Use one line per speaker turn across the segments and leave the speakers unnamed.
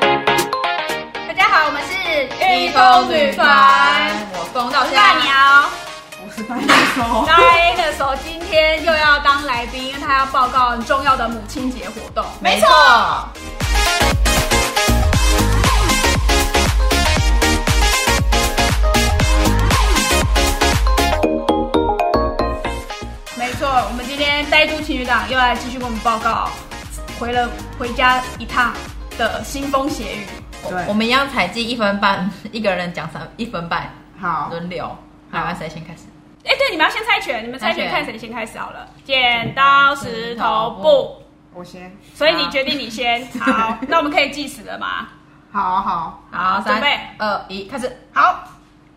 大家好，我们是
御风旅团
我公道
我是
家
大鸟。
我是翻手，
来的时候，今天又要当来宾，因为他要报告很重要的母亲节活动。
没错，
没错，我们今天呆猪情侣档又来继续跟我们报告回了回家一趟的腥风血雨。
对
我们一样采集一分半， 一个人讲三一分半，
好，
轮流。好，那谁先开始？
哎，对，你们要先猜拳，你们猜拳
猜
看
拳
谁先开始好了。剪刀石头布，
我先，
所以你决定你先。好，那我们可以计时了 吗？
好好，
好，
准
三
备
二一，开始。
好，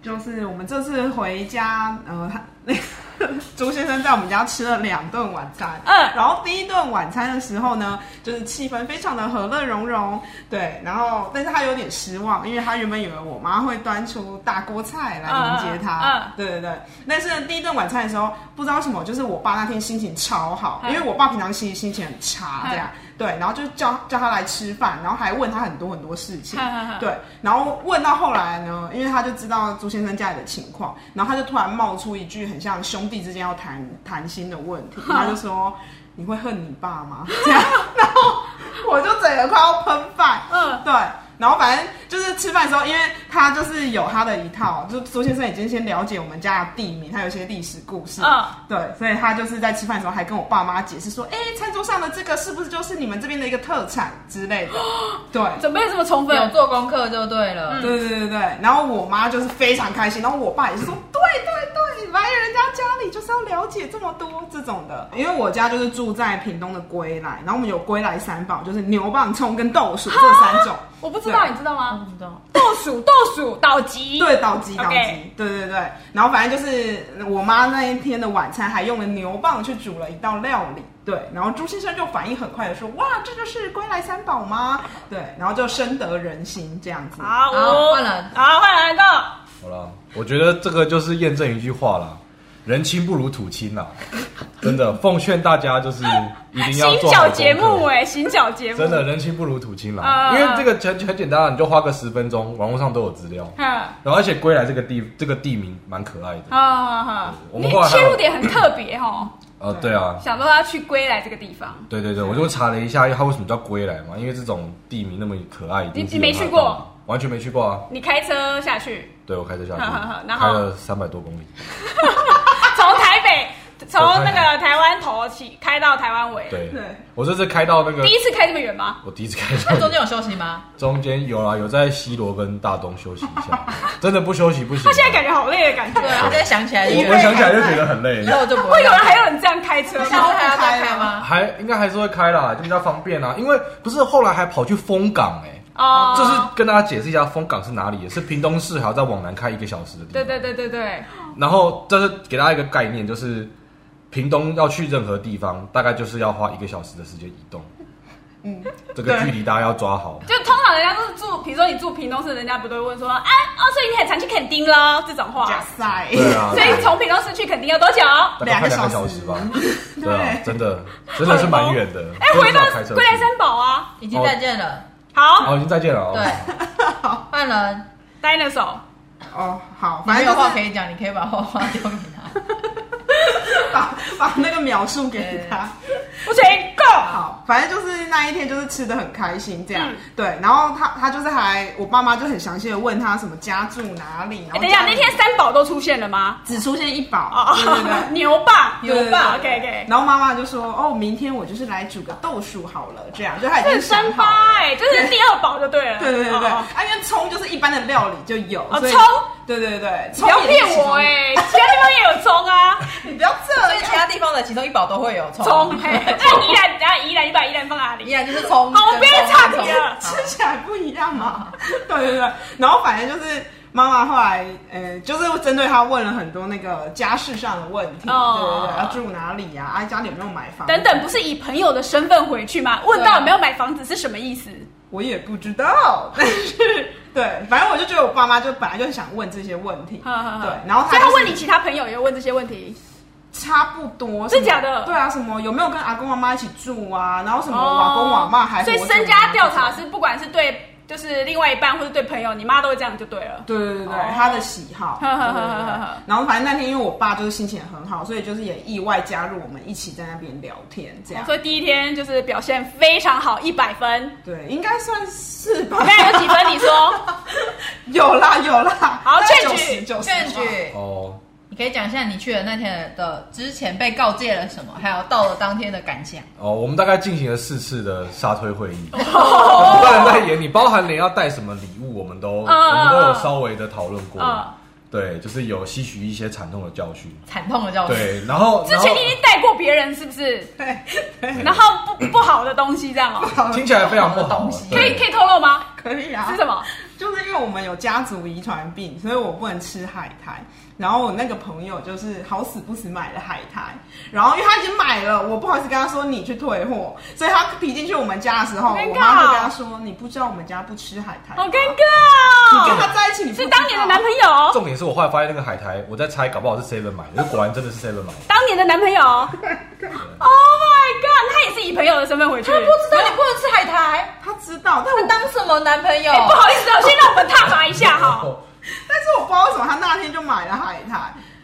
就是我们这次回家，呃，他 那个朱先生在我们家吃了两顿晚餐，
嗯
然后第一顿晚餐的时候呢，就是气氛非常的和乐融融，对，然后但是他有点失望，因为他原本以为我妈会端出大锅菜来迎接他，
嗯嗯嗯
对对对，但是第一顿晚餐的时候，不知道为什么，就是我爸那天心情超好，
嗯
因为我爸平常其实心情很差这样，对，然后就叫叫他来吃饭，然后还问他很多很多事情，
嗯嗯嗯
对，然后问到后来呢，因为他就知道朱先生家里的情况，然后他就突然冒出一句很像兄弟之间要谈谈心的问 题，他就说：“你会恨你爸吗？” 这样，然后我就整个快要喷饭，
嗯，
对。然后反正就是吃饭的时候，因为他就是有他的一套，就朱先生已经先了解我们家的地名，他有一些历史故事，
嗯
对，所以他就是在吃饭的时候还跟我爸妈解释说，哎，餐桌上的这个是不是就是你们这边的一个特产之类的？ 对，
准备这么充
有
分，
做功课就对了。
嗯
对对对对，然后我妈就是非常开心，然后我爸也是说，对对对，来人家家里就是要了解这么多这种的，因为我家就是住在屏东的归来，然后我们有归来三宝，就是牛蒡、葱跟豆薯这三种，
我不知道，
对
你知道吗？
嗯
不知道。
豆薯，豆薯，倒吉。
对，倒鸡
OK
倒鸡对对对，然后反正就是我妈那一天的晚餐还用了牛蒡去煮了一道料理，对，然后朱先生就反应很快的说，哇，这就是归来三宝吗？对，然后就深得人心这样子，
好，
好
五
换人
好，换人，Go。
好啦，我觉得这个就是验证一句话啦，人亲不如土 亲啦，真的，奉劝大家就是一定要
行
做好
脚
功课
节目哎，行脚节目，
真的，人亲不如土亲啦，
嗯
因为这个很很简单啊，你就花个十分钟，网络上都有资料，
嗯。
然后而且归来这个地这个地名蛮可爱的，
啊哈！
我
你
们后来还
切
有
入点很特别哦，
呃，对啊，
想说他去归来这个地方，
对对对，我就查了一下它为什么叫归来嘛，因为这种地名那么可爱，一定
你
是
你没
有它的
去过
道理，完全没去过啊，
你开车下去，
对我开车下
呵呵呵
去，
然后
开了三百多公里，
啊从台北，从那个台湾头起开到台湾尾，
对
对，
我这次开到那个
第，一次开这么远吗？
我第一次开
那
到
中间有休息吗？
中间有啊啦，有在西罗跟大东休息 一下，真的不休息不行。啊
他啊现在感觉好累的感觉
对，，他现在想起来就
我
觉
我
得，
想起来就觉得很累
以，后就不
啊会
会
有人还有人这样开车
下
吗？
回还要再开吗？
还应该还是会开啦，就比较方便啦。啊因为不是后来还跑去丰港哎、
哦
就是跟大家解释一下丰港是哪里，也是屏东市，还要再往南开一个小时的地方。
对对。对对对，
然后这是给大家一个概念，就是屏东要去任何地方，大概就是要花一个小时的时间移动，
嗯，
这个
对
距离大家要抓 好。
就通常人家都是住，比如说你住屏东市，人家不都会问说，哎哦，所以你很常去垦丁咯，这种
加
话，
塞，
对啊，
所以从屏东市去垦丁要多久？啊
大概快
两个
两个
小
小
时
时吧。 对啊
对，
真的真的是蛮远的。
哎，回到
真的是要开车去
归来三宝啊，
已经再见了。
好
哦，已经再见了哦。
对，换人。
，dinosaur，
哦，好，
你
反
没
正
有
就
话
是
可以讲，你可以把话话丢给他。
把把那个描述给他。
不行，Go，
好，反正就是那一天就是吃的很开心这样
嗯。
对，然后他他就是还我爸妈就很详细的问他什么家住哪里，
哎
然后
等一下，
家里
那天三宝都出现了吗？
只出现一
哦
宝，对对 对。
牛蒡，
对对对
蒡
对
，OK OK。
然后妈妈就说：“哦，明天我就是来煮个豆薯好了，这样就他已
这
经
很三
想好了。
八哎，这是第二宝就对了。
对对对对，
哦
啊，因为葱就是一般的料理就有，
哦
所以
葱
对对对，
不
葱
要
也是
骗
其中
我哎，其他地方也有葱 啊，
你不要
所
这
以
样
其。他地方的其中一宝都会有
哦
葱。
葱。 嘿哎那宜兰，等下宜兰，你把宜兰放哪
依
里？
然就是葱。
好，我们不要岔题
跟葱
了。
吃起来不一样嘛。对对对，然后反正就是妈妈后来，呃，就是针对他问了很多那个家事上的问题，
哦
对对对，要住哪里呀、啊？家里有没有买房？
等等，，不是以朋友的身份回去吗？问
对
到
啊
有没有买房子是什么意思？
我也不知道， 但是对，反正我就觉得我爸妈就本来就想问这些问题，
呵呵呵
对，然后
所
他、
以
就是、
他问你其他朋友也有问这些问题。
差不多，
真
什么
假的哦
对啊，什么有没有跟阿公阿妈一起住啊？然后什么瓦公瓦妈还活
所
着啊
以
吗
身家调查是不管是对就是另外一半或者对朋友，你妈都会这样就对了。
对对对对，
哦
他的喜 好。
呵
对
呵呵
对
呵呵
对
呵
然后反正那天因为我爸就是心情也很好，所以就是也意外加入我们一起在那边聊天这样。
哦所以第一天就是表现非常好，一百分。
对，应该算是 吧
我。刚才有几分？你说
有啦有啦。
好劝
九
举
十九十。
劝举，
哦，
你可以讲一下你去的那天的之前被告诫了什么，还有到了当天的感想。
哦，我们大概进行了四次的杀推会议，不断在演你，包含连要带什么礼物，我们都我
哦嗯嗯
们都有稍微的讨论过
嗯。
对，就是有吸取一些惨痛的教训。
惨痛的教训。
对，然后
哦之
然后
前你已经带过别人是不是？
对对，
然后不不好的东西这样哦、
听起来非常不好啊
东西。
可以
对
可以透露吗？
可以啊。
是什么？
就是因为我们有家族遗传病，所以我不能吃海苔。然后我那个朋友就是好死不死买了海苔，然后因为他已经买了，我不好意思跟他说你去退货，所以他皮进去我们家的时候，
好尴尬
我妈会跟他说你不知道我们家不吃海苔吗，
好尴
你跟
尬哦、
他在一起你不知
是
道
当年的男朋友，
重点是我后来发现那个海苔，我在猜，搞不好是 Seven 买的，就果然真的是 Seven 买的。
当年的男朋友。Oh my god！他也是以朋友的身份回去。
他不知道你不能吃海苔，
他知道，但
他
我
当什么男朋友？
哎、不好意思哦，先让我们踏伐一下 哈。
但是我不知道为什么他那天就买了海苔，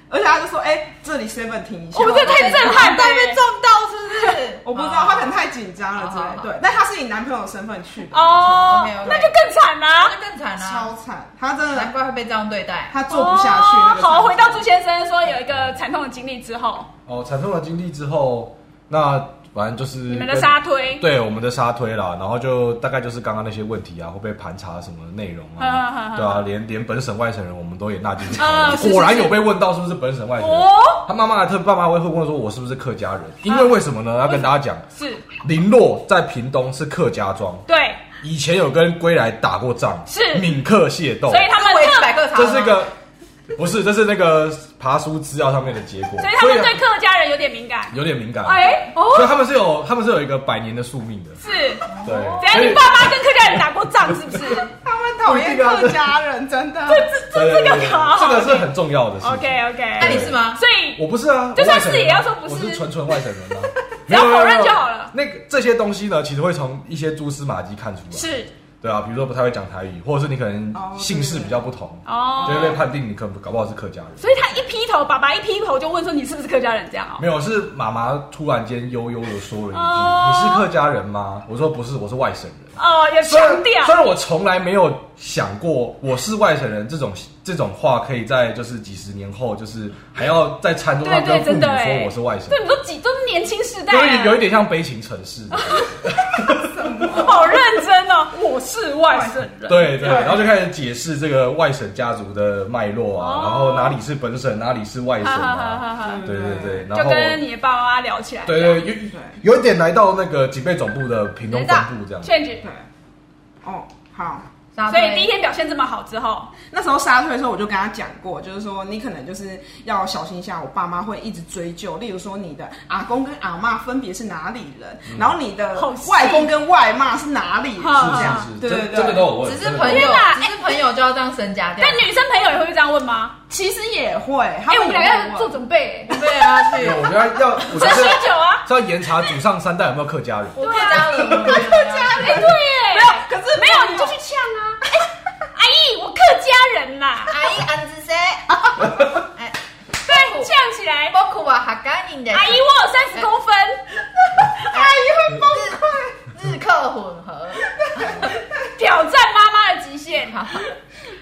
而且他就说哎、这里 seven 停一下，
我们这太震撼了、
他被撞到是不是？
我不知
哦
道他可能太紧张了
好
之
好
类，
好
对，但他是以男朋友的身份去的，
哦
OK，OK
那就更惨啦、
那更惨
超
啊，
惨，他真
难
的
怪会被这样对待。
他做不下去。那
哦
个
好，
场景
回到朱先生说有一个惨痛的经历之后，
哦，惨痛的经历之后，那反正就是
你
你
们的沙推，
嗯对我们的沙推啦，然后就大概就是刚刚那些问题啊，会被盘查什么内容
嗯嗯嗯
啊，对啊，连连本省外省人我们都也纳进去
嗯是。是
果然
是
有被问到是不是本省外省人
哦，啊
他妈妈还特爸妈会会问说我是不是客家人，因为为什么呢？要跟大家讲，
是
林洛在屏东是客家庄，
对，
以前有跟归来打过仗，
是
闽客械斗
所，以他们
我也是百
特，
克茶，
这是一哦个不是，这是那个爬书资料上面的结果，啊
所以他们对客家人有点敏感。
有点敏感，
哎、
所以
哦，
他们是有他们是有一个百年的宿命的，
是，
对，
怎样？
所以
你爸妈跟客家人打过仗是不是
他们讨厌客家人，真的。
对对对对
这个好
这个是很重要的事情。
？OK OK，
那你是吗？
所以
我不是啊，
就算
我外省人啊
是也要说不是
我是纯纯外省人啊，
只要
没有
否认就好了。
没有没有那个这些东西呢，其实会从一些蛛丝马迹看出来。，
是
对啊，比如说不太会讲台语，或者是你可能姓氏比较不同，就会被
哦，
判定你可能搞不好是客家人。
所以他一劈头，爸爸一劈头就问说你是不是客家人这样哦。
没有，是妈妈突然间悠悠的说了一句：“
哦
你是客家人吗？”我说：“不是，我是外省人。”
哦，有
虽然
强调
虽然我从来没有想过我是外省人这种这种话，可以在就是几十年后，就是还要在餐桌上
对
跟
对
父
真
母
的哎
说我是外省
对，
人，
你都几都是年轻时代啊
有一点有一
了，
点像悲情城 市。
好认真 哦，我是外省人。
对
对
对，然后就开始解释这个外省家族的脉络啊
哦，
然后哪里是本省，哪里是外省
哈哈哈哈
啊，
哈。
对对对，然
就
后
跟你的爸爸妈妈聊起来。
对
这样
对有有一点来到那个警备总部的屏东
知
分
道
部这样。
劝举
对。，哦，好。
沙
所
堆
以第一天表现这么好之后，
那时候杀退的时候，我就跟他讲过，就是说你可能就是要小心一下，我爸妈会一直追究，例如说你的阿公跟阿妈分别是哪里人，然后你的
好细
外公跟外妈嗯是哪里人，
哈
这样
是是，
对
这
对对，
这个都有问，
只
这
是
个都有
朋
问
友
天哪，
只是朋友就要这样身家掉
但，女生朋友也会这样问吗？
其实也会，他
哎、
们
我们两个
也会
要
问
做准 备、欸，
对啊，去
没有，我觉得 要，
喝
我觉得
喜
是
酒啊。
是要严查祖上三代有没有客家人。
我客家人， 我客家
哎、对耶，
可是
没有，你就去呛啊！ 哎、阿姨，我客家人 啦，
阿姨安子谁？哎，
对，呛起来。
包括我哈干人的
阿姨，我有三十公分，
阿姨会崩溃，日客混合，
挑战妈妈的极限。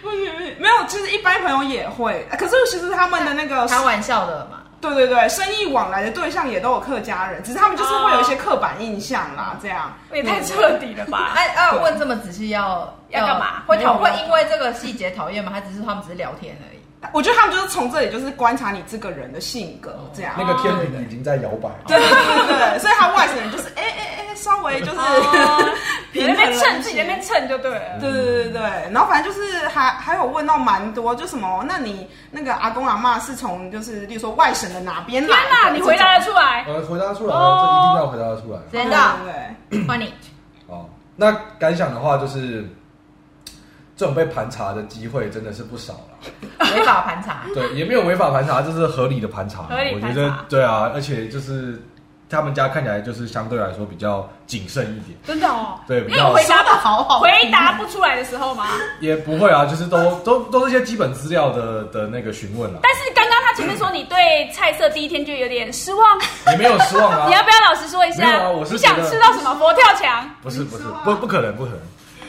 不行不行没有，其实一般朋友也会，啊可是其实他们的那个
开玩笑的嘛。
对对对，生意往来的对象也都有客家人，只是他们就是会有一些刻板印象啦，这样
也太彻底了吧！
哎啊，问这么仔细要
要干嘛
会讨
没
会
有
因为这个细节讨厌吗？还只是他们只是聊天而已。
我觉得他们就是从这里就是观察你这个人的性格这样。
那个天平已经在摇摆了。
哦
对对对对对，所以他外省人就是哎哎哎，稍微
嗯
就是、
哦你
平
那
衡了
边
一
蹭，
些
自己那边蹭就对了。
嗯
对对对对对，然后反正就是还还有问到蛮多，就什么，那你那个阿公阿妈是从就是，例如说外省的哪边来
天
的？
哪，你回答
这
得出来？
呃，回答出来
哦
了，这一定要回答得出来。
真
种
的，
对对对
换你
哦，那感想的话就是，这种被盘查的机会真的是不少了。
违法盘查。
对，也没有违法盘查，这是合理的盘查。
合理
我
盘
觉
查
得对啊，而且就是他们家看起来就是相对来说比较谨慎一点，
真的哦。
对，
因
比
为
较
回答
说得好好听
回答不出来的时候嘛。
也不会啊，就是都都都是一些基本资料的的那个询问啊，
但是刚刚他前面说你对菜色第一天就有点失望，
也没有失望啊
你。要不要老实说一
没有
下？
啊我是
你想
觉得
吃到什么佛跳墙？
不是不是
你吃啊
不不可能不可能，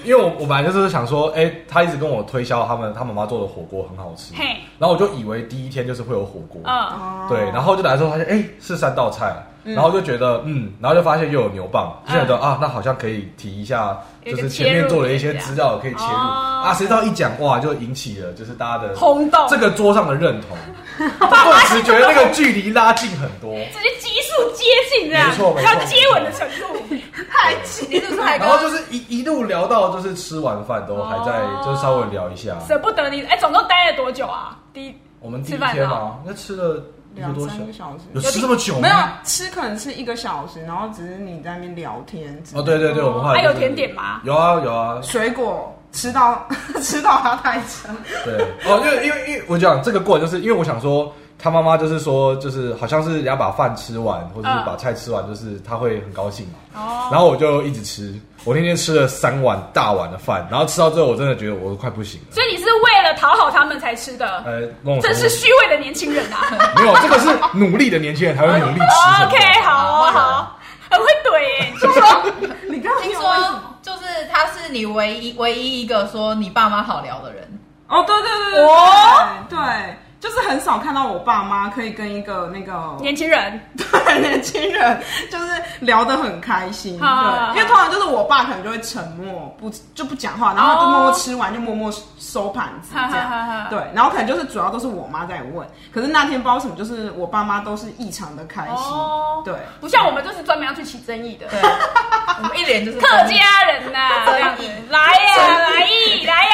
因为我我本来就是想说，哎、他一直跟我推销他们他妈妈做的火锅很好吃，
嘿，
然后我就以为第一天就是会有火锅，
嗯，
哦
对，然后就来之后发现，哎、是三道菜，然后就觉得嗯，然后就发现又有牛蒡，就觉得、啊，那好像可以提一下，
嗯有
就
一个
是前面做了一
切入
些
点
资料可以切入
哦
啊，谁知道一讲哇，就引起了就是 大家的
轰动，
这个桌上的认同， 我只觉得那个距离拉近很多。
直接急速接近这样，
没错没错
到接吻的程度，太
你是不是还
然
跟
后就是一一路聊到就是吃完饭都还在，
哦
就是稍微聊一下。
舍不得你。哎，总共待了多久啊？第一
我们第
吃
一
饭
天
了
嘛，应该吃了一个
两
多小
三个
时，
小时
有吃这么久
没有
吗？
吃，可能吃一个小时，然后只是你在那边聊天之类的。
哦，对对对，我们后来
还有
就是
甜点吗
有啊有啊，
水果吃到 吃到它太撑，
对， 哦，因为因为因为我讲这个过程，就是因为我想说，他妈妈就是说，就是好像是要把饭吃完，或者是
嗯
把菜吃完，就是他会很高兴嘛。
哦，
然后我就一直吃，我那天吃了三碗大碗的饭，然后吃到最后，我真的觉得我都快不行了。
所以你是为了讨好他们才吃的，
呃， 某种
真
程
是
度
虚伪的年轻人 啊。
没有，这个是努力的年轻人才会努力吃成
OK，
这样。
好哦好，很会怼耶，你说说。
你刚刚
听
有
说就是他是你唯一唯一一个说你爸妈好聊的人，
哦，对对对对对
哦
对，就是很少看到我爸妈可以跟一个那个
年轻人，
对 年轻人就是聊得很开心，
好好好
对，因为通常就是我爸可能就会沉默不就不讲话，然后他就默默吃完就默默收盘子
哈
这
哈
样。
哈哈。
对，然后可能就是主要都是我妈在问，可是那天不知道为什么，就是我爸妈都是异常的开心，
哦
对，
不像我们就是专门要去起争议的
对，我们一脸就是
客家人 呐，这样子，来呀来意来呀，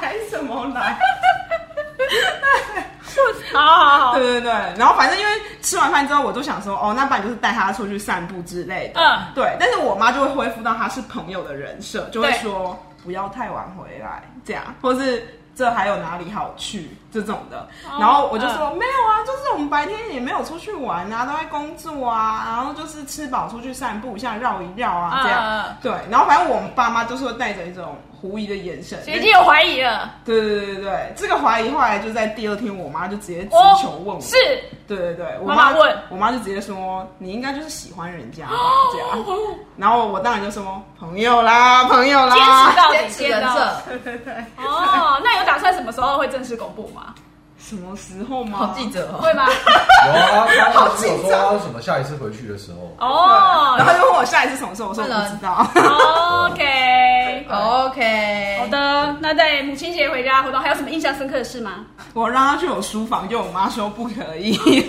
来什么来？
好好好，
对对对，然后反正因为吃完饭之后，我就想说，哦，那不然就是带他出去散步之类的。
嗯，
对，但是我妈就会恢复到她是朋友的人设，就会说不要太晚回来，这样，或是这还有哪里好去这种的。
哦
然后我就说、
嗯
没有啊，就是我们白天也没有出去玩啊，都在工作啊，然后就是吃饱出去散步一下，绕一绕啊，这样。
嗯嗯嗯
对，然后反正我们爸妈就是会带着一种狐疑的眼神，
所以已经有怀疑了，
对对对对对，这个怀疑后来就在第二天，我妈就直接直
哦
球问我，
是
对对对，我
妈妈问，
我妈就直接说你应该就是喜欢人 家吧这样，然后我当然就说朋友啦，朋友
坚持
啦，
到底，
坚持
坚
人
持到底
设，
对对对，
哦，那有打算什么时候会正式公布吗？
什么时候
好
吗？
记者哦，
会吗？
有啊，他
好
他只有
紧
说他什么下一次回去的时候，
对 然后
哦
就问我下一次什么时候，我说我
问了
不知道。
，OK，
哦 OK，
好的。那在母亲节回家活动还有什么印象深刻的事吗？
我让她去我书房，就我妈说不可以。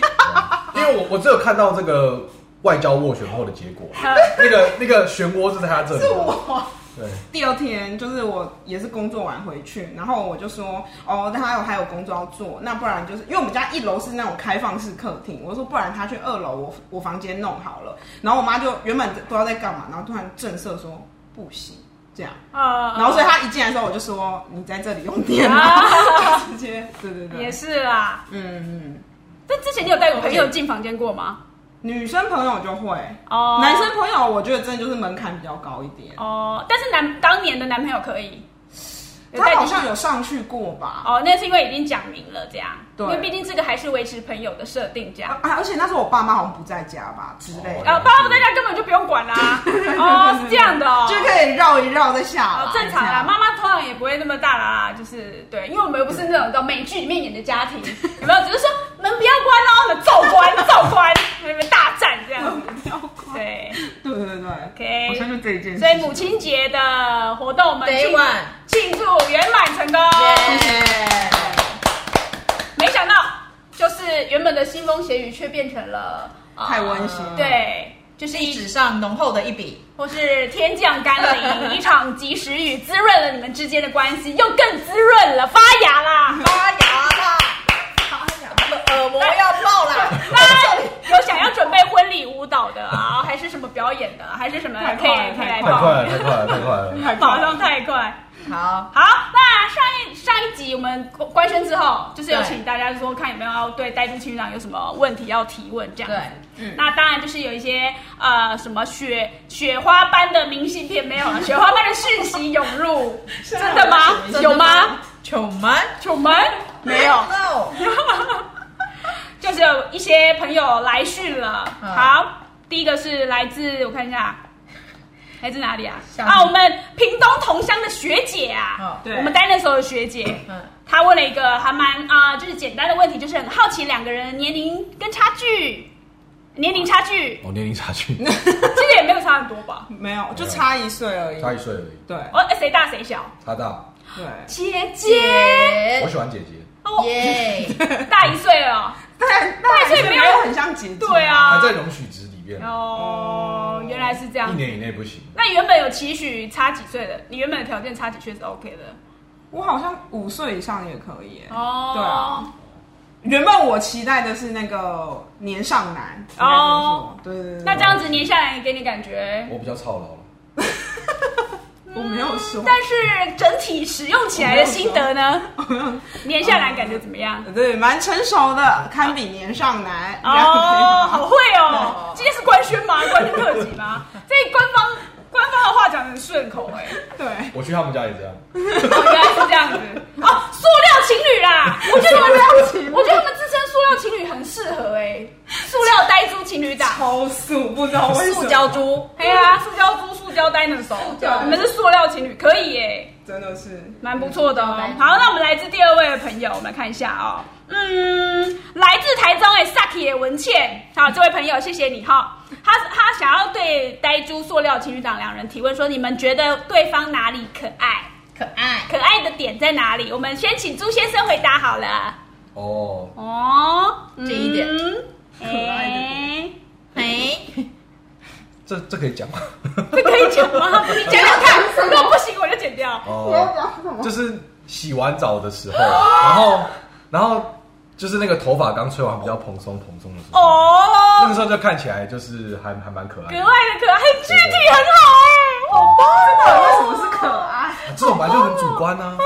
因为我我只有看到这个外交斡旋后的结果，
呃
那个那个漩涡是在他这 里，
是我。
对，
第二天就是我也是工作完回去，然后我就说哦，那他有还有工作要做，那不然就是因为我们家一楼是那种开放式客厅，我说不然他去二楼我我房间弄好了，然后我妈就原本不知道在干嘛，然后突然震慑说不行这样，
呃
然后所以她一进来的时候我就说你在这里用电吗？
啊
直接对对对，
也是啦。
嗯嗯，
但之前你有带朋友进房间过吗？
女生朋友就会，
哦，
男生朋友我觉得真的就是门槛比较高一点，
哦，但是男当年的男朋友可以，有带
他好
进去
像有上去过吧？
哦，那是因为已经讲明了这样，
对
因为毕竟这个还是维持朋友的设定这样。
啊，而且那时候我爸妈好像不在家吧之类的，
啊，爸爸在家根本就不用管 啦。哦，是这样的哦，
就可以绕一绕再下
哦
来。
正常啦。
这样
妈妈通常也不会那么大啦，就是对，因为我们又不是那种到美剧里面演的家庭， 有没有？只是说门不要关哦，那揍关揍关，那边大战这 样子。对
对对对对，好像
，OK。
就这一件事。
所以母亲节的活动，我们
Day
庆
one
庆祝圆满成功。
耶
没想到，就是原本的腥风血雨，却变成了、呃
太温馨了
对，就是
历
一
史上浓厚的一笔，
或是天降甘霖，一场及时雨滋润了你们之间的关系，又更滋润了，发芽 啦！
发芽啦，
哎呀
呃耳膜要爆啦，
那有想要准备婚婚礼舞蹈的啊，还是什么表演的，还是什么
太
可
快
以
了
可以
太
来
太
快
报，
了，太快了，太快了。
太快
马
了
上太快。
好，
好，那上一上一集我们官官宣之后，就是有
对
请大家说看有没有要对呆猪情侣长有什么问题要提问这样
对
子。，那当然就是有一些呃什么雪雪花般的明信片没有啊了，雪花般的讯息涌 入，真的吗？
啊
啊有吗？？
糗门
楚门没有，
，no，
就是有一些朋友来讯了。
嗯
好，第一个是来自我看一下，来自哪里啊？
下面
啊，我们屏东同乡的学姐啊
哦，
对
我们待那时候的学姐。
嗯，
他问了一个还蛮啊、就是简单的问题，就是很好奇两个人年龄跟差距，年龄差 距
哦我年龄差距
其实也没有差很多吧，
没有，就差一岁而已。
差一岁而已，
对
哦，谁大谁小？
差大。
对，
姐姐，
我喜欢姐姐，
哦，
耶，
大一岁哦，
但但
所以
是
没
没
有
有很像姐姐。
对，
还
啊，
在容许值里面，
哦，原来是这
一
样。
年以内不行。
那你原本有期许差几岁的，你原本的条件差几岁是 OK 的
我好像五岁以上也可以耶。
哦。
对啊，原本我期待的是那个年上男。应该这么说，对对对对。
哦那这样子年下来给你感觉，
我比较操劳了，
我没有说，
但是整体使用起来的心得呢？年下来感觉怎么样？
对，蛮成熟的，堪比年上男。这样可以
哦，
吗
好会 哦！今天是官宣吗？官宣特辑吗？这官方官方的话讲得很顺口哎、
对，
我去他们家也这样。
哦原来是这样子 哦，塑料情侣 啦！我觉得你们
情侣
我觉得他们自称塑料情侣很适合哎、塑料呆猪情侣 档，
超素，不知道为什么，
塑胶猪，
哎呀，塑胶猪、塑胶呆能手，
对
你们是塑料情侣，可以哎、
真的是
蛮不错的哦
嗯。
好，那我们来自第二位的朋友，我们来看一下哦。嗯，来自台中诶 Saki 的文倩，好，这位朋友，谢谢你哈、他他想要对呆猪塑料情侣档两人提问说，你们觉得对方哪里可爱？
可爱，
可爱的点在哪里？我们先请朱先生回答好了。
哦，
哦，
这一点
嗯
可爱的
哎
哎，
这这可以讲吗？
这可以讲吗？你讲讲看，如果不行 我就剪掉。
哦，
讲什么？
就是洗完澡的时候，然后然后就是那个头发刚吹完比较蓬松蓬松的时候，那
哦
个，时候就看起来就是还还蛮可爱
格
的。
外的可爱，很具体，很好哎、好棒
为
哦！
什么是可爱？
这种本来就很主观呢、
哦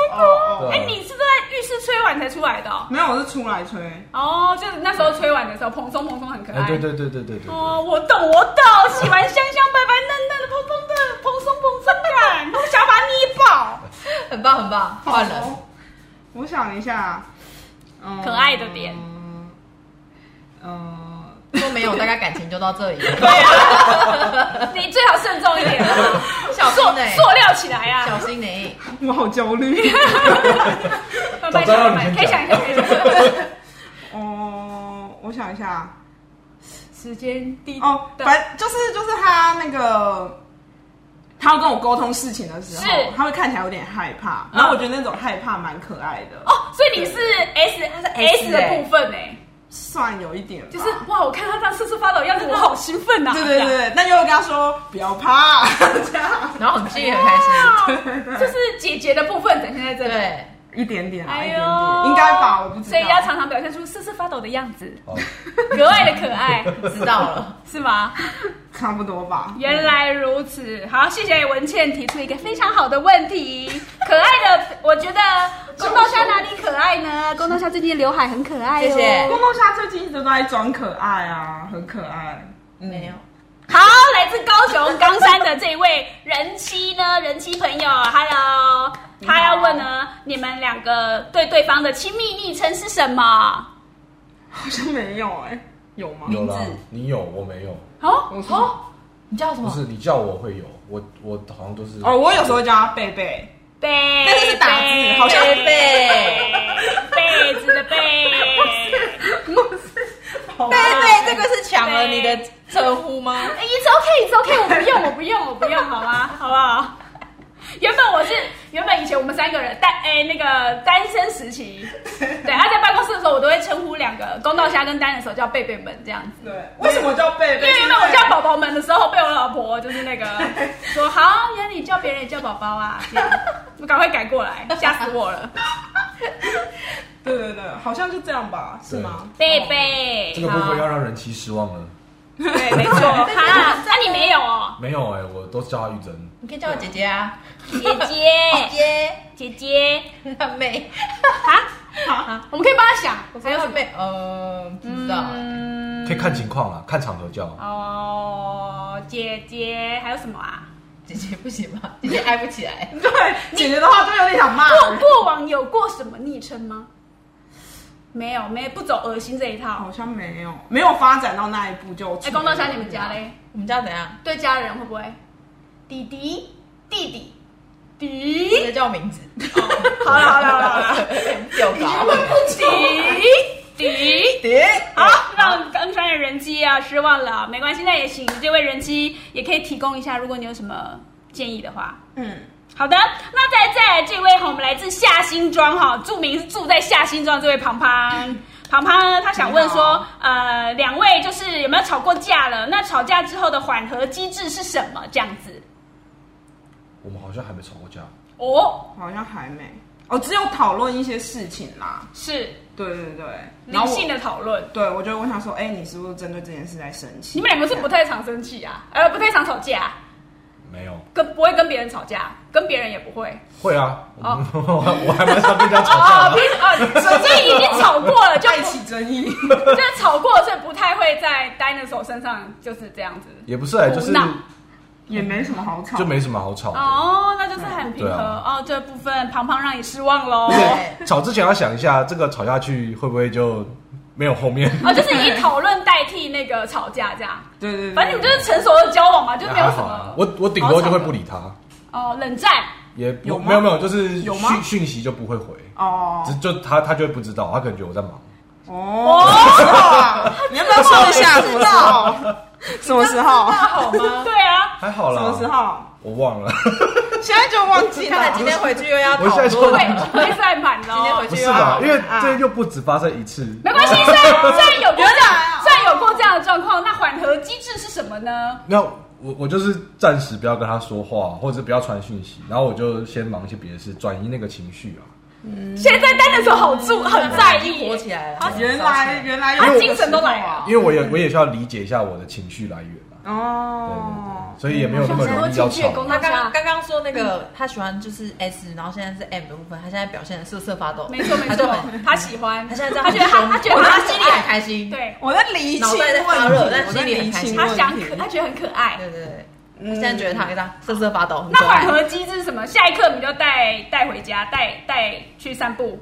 哦，
哎、
对啊
你是都在浴室吹完才出来的哦？
没有，我是出来吹，
哦，就是那时候吹完的时候，蓬松蓬松，很可爱。
哎，对对对对对对，
哦，我懂我懂，喜欢香香白白嫩嫩的、蓬蓬的、蓬松蓬松感，我想把你捏爆。
很棒很棒，换人，
好。我想一下，嗯
可爱的点，
嗯，
说没有，大概感情就到这里了，
对啊， 你最好慎重一点啊，
小心
塑
呢，
塑料起来啊
小，心欸你，
我好焦 虑。
慢慢
早知道
想，慢
你
慢
先
可以想一想，可以想一想。
哦，我想一下，
时间地
哦，
的
反就是就是他那个，他要跟我沟通事情的时候
是，
他会看起来有点害怕，
嗯
然后我觉得那种害怕蛮可爱的，
哦，所以你是 S
是
S
S
的
欸
部分哎、
算有一点吧，
就是哇，我看他这样瑟瑟发抖的样子，我好兴奋呐、啊
对对对，但又跟他说不要怕， 这样
然后很心里很开心，
哇 就是姐姐的部分展现在这里。哎
对，
一点点啊啦，一点点，应该吧，我不知道，
所以要常常表现出瑟瑟发抖的样子，
哦，
格外的可爱，
知道了，
是吗？
差不多吧，
原来如此，好，谢谢文倩提出一个非常好的问题。可爱的，我 觉得宫斗虾哪里可爱呢？宫斗虾最近的刘海很可爱、哦，
谢谢
宫东夏最近一直都在装可爱啊，很可爱，嗯
没有，
好，来自高雄冈山的这位人妻呢，人妻朋友，Hello，他要问呢，你们两个对对方的亲密昵称是什么？
好像没有哎、有吗？
有啦
名字，
你有我没有，
哦
我说
哦，
你叫什
不
么？
是你叫我会有，我我好像都是
哦，我有时候会叫他贝贝，
贝，
但是是打字
贝
好像
贝
贝
贝
子的贝，
贝
贝贝，这个是抢了你的称呼吗？
哎，It's OK，It's OK，我不用，我不用，我不用，好吗？ 好不好？原本我是原本以前我们三个人单哎、那个单身时 期，对，他在办公室的时候，我都会称呼两个公道虾跟丹的时候叫贝贝们这 样子。
对，为什么叫贝
因
贝？
为原本我叫宝宝们的时候，被我老婆就是那 个说好，原来你叫别人也叫宝宝啊，这样我赶快改过来，吓死我了，
对对对，好像就这样吧，是吗？
贝贝。
这个部分要让人妻失望了。
对，没错。哈，那啊你没有哦，
没有哎、我都叫他玉珍。
你可以叫我姐姐啊，哦
姐姐，
姐，
姐 姐，
她妹，
好，我们可以帮他想，
我叫她妹，呃，不知道欸，
嗯
可以看情况啦，看场合叫。
哦，姐姐，还有什么啊？
姐姐不行吗？姐姐爱不起来，
对，姐姐的话就有点想骂
过
人，
过往有过什么昵称吗？没有，没不走恶心这一套
好。像没有，没有发展到那一步就。
哎，公道侠，你们家？嘞？
我们家怎样？
对家人会不会？弟弟，弟弟，
直
弟，
接叫 我名字，
好了好了好了好 了，
有搞，
弟弟。
姐，
好，让刚才的人妻啊失望了，没关系，那也行。这位人妻也可以提供一下，如果你有什么建议的话。
嗯，
好的，那再再来这位哈，我们来自下新庄哈，著名是住在下新庄这位庞庞。庞庞呢，他想问说，呃，两位就是有没有吵过架了？那吵架之后的缓和机制是什么？这样子
我们好像还没吵过架，
哦，
好像还没。哦，只有讨论一些事情啦。
是
对对对，然
理
后我
性的讨论。
对，我就我想说，哎、你是不是针对这件事在生气？
你们两个是不太常生气啊，呃，不太常吵架，
没有。
跟不会跟别人吵架，跟别人也不会。
会啊，我
哦
们 我还蛮常跟人家吵架
哦，
的。
平哦，所以已经吵过了，就
爱起争议，
就吵过，所以不太会在 dinosaur 身上就是这样子。
也不是哎、
胡
就是
闹
也没什么好吵。
就没什么好吵的。
哦，那就是很平和、
对啊
哦。这部分庞庞让你失望喽。
而
哦，
且吵之前要想一下，这个吵下去会不会就没有后面？
就是以讨论代替那个吵架这样，
对对对，
反正你们就是成熟的交往嘛，就没有
还
什
好啊
么，
我我顶多就会不理他，
哦冷战。
也不
有吗
没有没有，就是
有吗
讯讯息就不会回，
哦
只就他他就会不知道，他可能觉得我在忙。
哦，什么时候啊你要不要说一下什么时候？什么时候？
那好吗？
对啊，
还好
什
啦，
么时？候？
我忘了，
现在就忘记
看来
了。
今天回去又 要
我现在
讨
说
会
论，
会塞满
今天
喽
回。
不
去
是
又要
吧？
讨
因
论。
为这又不止发生一次。
没关系，虽然虽然有过这样，
哦
虽然有过这样的状况，那缓和机制是什么呢？
那我我就是暂时不要跟他说话，或者是不要传讯息，然后我就先忙一些别的事，转移那个情绪啊。
现在 dinosaur 好注很在意耶
火起来了，
原来原来有
因为我
啊精神都来了
因为我也我也需要理解一下我的情绪来源啊。对
哦
对对，，所以也没有那么容易要吵。
他刚刚刚刚说那个他喜欢就是 S，然后现在是 M 的部分，他现在表现的瑟瑟发抖，
没错没
他
错
就很，
他喜欢，
他现在这样
他
很
觉
凶，
得他他觉得
我
他
心
心
里很
里
开心，
对，
我在理清
脑袋在发
问
热
题，
但
我
心里很
理
开
清
心
他
问
想
题嗯
可他觉得很可爱。
对对对，他现在觉得他这样瑟瑟发抖，很啊
那
可
缓
爱。
和机制是什么？下一刻你就带带回家，带带去散步。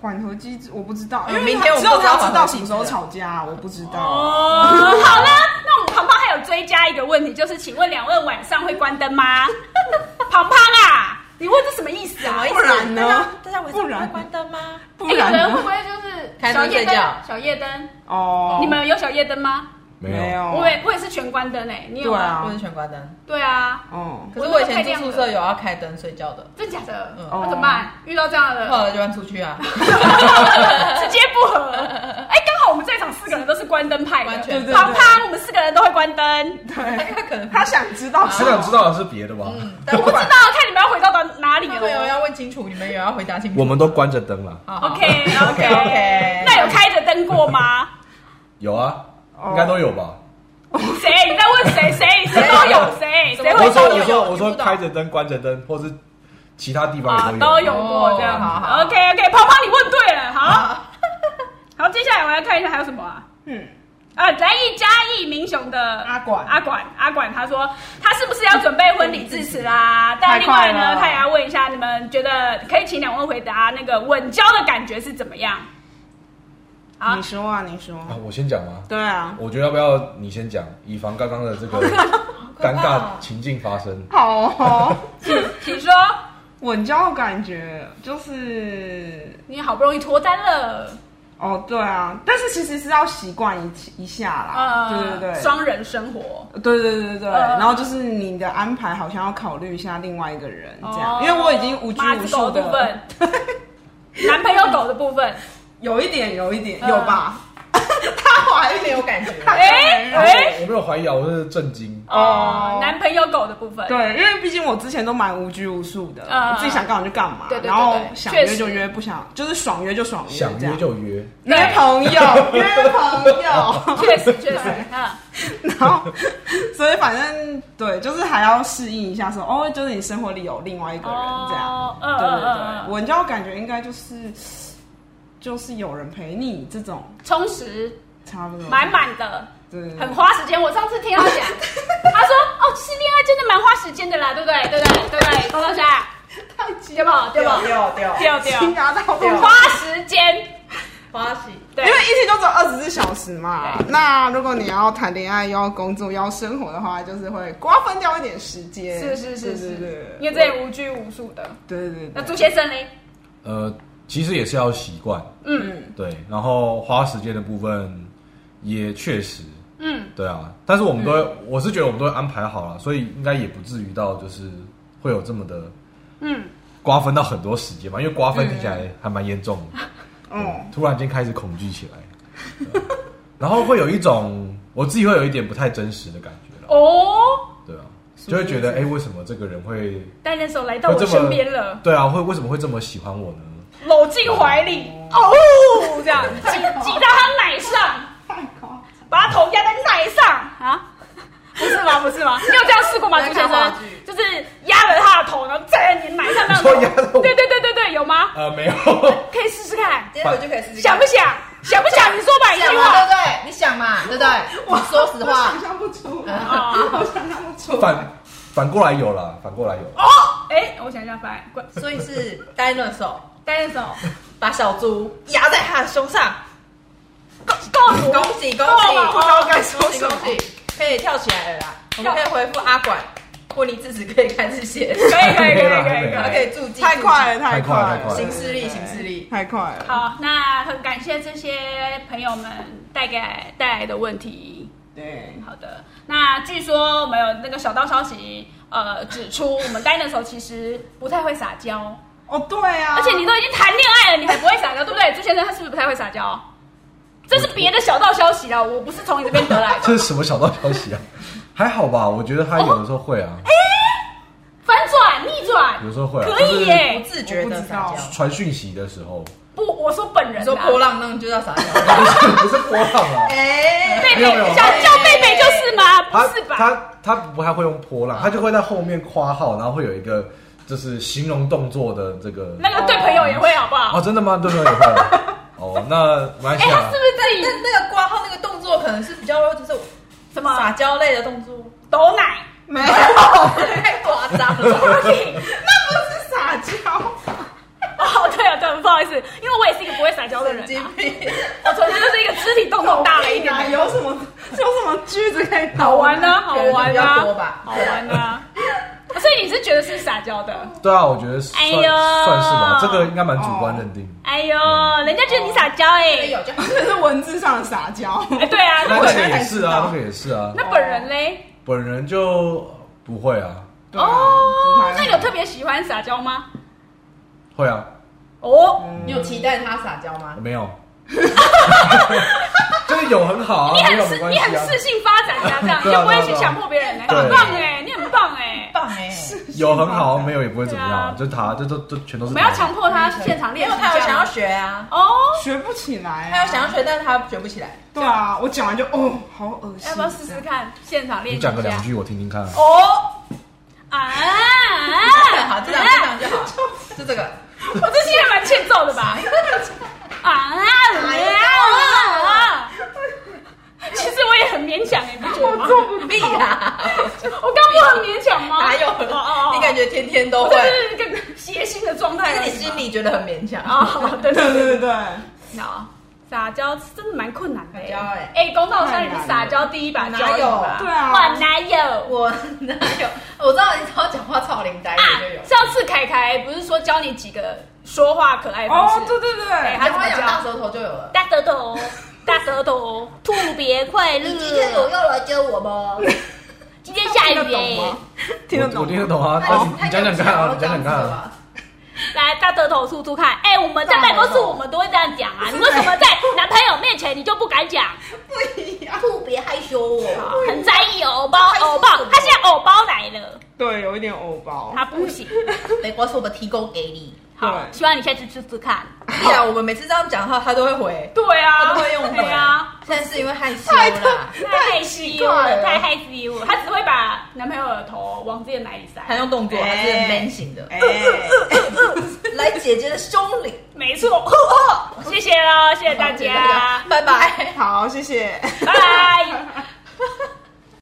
缓和机制，我不知道，
呃
嗯
因为
明天我
只
们
有
不知道
他知
缓
道
和
什
机制
么时候吵架，我不知道。
哦，好了，那我们庞庞还有追加一个问题，就是请问两位晚上会关灯吗？ 庞庞啊，你问这什么意思啊？
不然呢？
大家晚上
不
会
然
关灯吗？
不
哎有
然
人会
呢
不会就是
开
小
灯
夜
睡觉
灯？小夜灯，
哦，
你们有小夜灯吗？
没有，
有？
我也我也是全关灯诶，你有
对
吗？
啊
不能全关灯。
哦对啊，
哦，
可是我以前住宿舍有要开灯睡觉的，
真假的？
嗯
那怎么办？遇到这样的
后来就搬出 去啊，
直接不 合。哎、刚好我们在场四个人都是关灯派
完
的，
全
对对
啪
对
啪，我们四个人都会关灯。
对，
他可能
他想知道，
谁想知道的是别的吧？
嗯，但我
不知道看你们要回到哪哪里
你
了
们。有要问清楚，你们有要回答清楚。
我们都关着灯啊了，
好好
OK OK
OK
那有开着灯过 吗？
有啊，
哦
应该都有吧？
谁？你在问谁？谁？谁都有谁？谁
对
会
我
我
说
都
我
有？
说
有
我
我
说
知道
开着灯、关着灯，或是其他地
啊
方也，
都
都
有
有。啊
过这样。
好好
OK OK，泡泡你问对了，好。 好，接下来我要看一下还有什么啊？
嗯，
啊，来一嘉义民雄的
阿管
阿管阿管，他说他是不是要准备婚礼致辞啦？但另外
嗯太快
呢，
了
他也要问一下你们觉得可以请两位回答那个稳交的感觉是怎么样？好
你，说啊，你说，
啊，我先讲吗？
对啊，
我觉得要不要你先讲，以防刚刚的这个
可怕
尴尬情境发生。
好哦，
请说，
稳交的感觉就是
你好不容易脱单了，
哦，对啊，但是其实是要习惯一一下啦，对对对，
呃双人生活，
对对对对对，
呃
然后就是你的安排好像要考虑一下另外一个人这
哦
样，因为我已经无拘
马
无
子
束
哦狗的部
的
分，，男朋友狗的部分，
有一点有一点
嗯
有吧，他怀
没
疑
有感觉。
哎哎，
我没有怀疑啊，我是震惊。
哦，男朋友狗的部分，
对，因为毕竟我之前都蛮无拘无束的，
嗯
我自己想干嘛就干嘛，
对对对
然后
对
想
确
约就
实
约，不想就是爽约就爽约，
想
这
约
样
就约，
约朋友， 约朋友，
确实确实，嗯，
然后所以反正对，就是还要适应一下说，哦，就是你生活里有另外一个人这样，
哦，
对
嗯
对
嗯
对，
嗯嗯，
文教感觉应该就是就是有人陪你这种
充实
差不多，
满满的，
对对对
很花时间。我上次听他讲，他说哦，其实恋爱真的蛮花时间的啦，对不对？对不对？对不对？高老师，
太激
对不？对
掉
不？
掉掉，
掉掉，
新拿到
对
花时间，
花喜
对
因为一天就只有二十四小时嘛。那如果你要谈恋爱、又要工作、又要生活的话，就是会瓜分掉一点时间。
是是是
对
是
对，
因为这也无拘无束的。
对对
那
对
朱先生呢？
呃，其实也是要习惯，
嗯
对，然后花时间的部分也确实，
嗯，
对啊，但是我们都会，我是觉得我们都会安排好了，所以应该也不至于到就是会有这么的
嗯，
瓜分到很多时间嘛，因为瓜分听起来还蛮严重的，
呃
嗯，
突然间开始恐惧起来，然后会有一种我自己会有一点不太真实的感觉了，
哦，
对啊，就会觉得哎、诶为什么这个人会
丹人手来到
会
我
这
身
么
边了，
对啊，会为什么会这么喜欢我呢？
搂进怀里，哦，这样挤挤到他奶上，
太高。
把他头压在奶上啊？不是吗？不是吗？ 你有这样试过吗，
我在
朱先
看
生
话剧？
就是压了他的头，然后站在你奶上那样
你说压着我
对对对对对，有吗？
呃，没有，
可以试试看，
今天我就可以试试看
想不想？想不想？你说吧，一
想
句
嘛，对不
话。
对？你想嘛，对不对？我说实
我
话
想，象不出来，
哦
我想象不出来。
反反过来有了，反过来有啦
哦，哎，我想一下，拜滚，
所以是单了手
单 人手，
把小猪压在他的胸上，
够够足
恭喜恭
够
喜！
了
不知道该说
恭喜
什
恭
么。
喜！可以跳起来了啦！我们可以回复阿管，或你自己可以开始写，
可以可以可以可以
对
可
然后
以。
可以助记。
太快了，
太快了
了，
太快了
行事力行事力
太快了。
好，那很感谢这些朋友们带给带来的问题。
对，
好的，那据说我们有那个小道消息，呃，指出我们 dinosaur 其实不太会撒娇，
哦对啊，
而且你都已经谈恋爱了，你还不会撒娇，对不对？朱先生他是不是不太会撒娇？这是别的小道消息啦，我不是从你这边得来的。
这是什么小道消息啊？还好吧，我觉得他有的时候会啊，
反转、逆转，
有时候会啊
可以
不
耶。
自觉的撒
我不
娇
知。
传讯息的时候，
不，我说本人啊
你
啦
说波浪浪就叫撒娇？
不是不是波浪啊，
哎，
贝贝
没有没有
叫叫贝贝就是吗？
他
不是吧？哦
他他不太会用波浪，他就会在后面括号，然后会有一个就是形容动作的这个。
那个对朋友也会好不好
哦，？真的吗？对对对，也会 啊。哦，那没关
哎、
系
他
啊
是不。是
那
自己
那个挂号那个动作可能是比较就是
什
撒
么
娇类的动作，
抖奶？
没有，那
太夸张
到
了。
底
不是撒娇，
哦，对啊，对啊，不好意思，因为我也是一个不会撒娇的人
神、经
啊，
病！
我纯粹就是一个肢体动作大了一点
哪
点，
哎有什么有什么句子可以打
好玩啊，好
觉得
玩
比
啊
较多吧，
好玩啊。所以你是觉得是撒娇的？
对啊，我觉得算
哎呦
算是吧，这个应该蛮主观认定。
哎呦，人家觉得你撒娇哎、
哦有就好
这是文字上的撒娇。
哎，对啊，那
那
我
这
觉
个
得
也是
还知道
啊，这个也是啊。
那本人嘞？
本人就不会啊，
对 啊不
哦
太，
那你有特别喜欢撒娇吗？
会啊，
哦，
你 有期待他撒娇吗？
没有。 就是有很好啊，
你
没
很
有
自
没关
你
系
很
啊。
自信发展啊，这样你
对
就
啊
不会
对
去
啊
强迫别人哎，
对
很棒哎，你很棒哎。
棒哎，
有很好，没有也不会怎么
对啊
样，就他，这都这全都
我
是他。
们要强迫他现场
没
练
有
习
他
这
有想要
样
学啊，
哦。
学不起来、啊
他有想要学，但是他学不起 来。
对啊，我讲完就哦，好恶心。
要不要试试看现场练习
你
一下？
讲个两句我听听看啊。
哦啊！
好，这 两这两就好，就这个。
我这期还蛮欠揍的 吧？啊啊！其实我也很勉强哎，你不觉得吗？
不必啦，
我刚不很勉强吗？
哪有？你
觉
感觉天天都
我
会
就，是一个谐星的状态而
但是
已
你
嘛，
心里觉得很勉强啊。
啊，对
对
对
对
对，
对 对，
好，撒娇真的蛮困难的欸。
撒娇欸
哎，公道上你是撒娇第一把交椅吧
哪有
对啊
我哪有？啊
我哪有？我知道你只要讲话超灵呆的就 有。
上次凯凯不是说教你几个说话可爱方式？
哦，对对对，
哎
他讲大舌头就有了。
大舌头，哦大舌头，特别 快乐。
要来接我吗？
今天下
听得
雨
懂
耶
吗？？听得
我
懂
听得懂啊，
他
你你讲讲看啊，你讲讲看啊。
来，他得头吐出看。哎、我们在办公室我们都会这样讲啊，你为什么在男朋友面前你就不敢讲？
不一样。
特别害羞哦。
很在意偶包偶包，他现在偶包来了，
对，有一点偶包。
他不行。
没关系，我们提供给你。
好，
对
希望你下次试试看。
对啊，我们每次这样讲话，他都会回，
对啊，
他都会用回
对啊。
现在是因为害羞啦，
太害羞
怪
了，
了
太害羞了。他只会把男朋友的头往自己的奶里塞。
他用动作，他是很 man 型的。
哎，
来姐姐的胸里，
没错，哦谢谢喽，谢谢大家，
拜拜。
好，谢谢。
拜拜。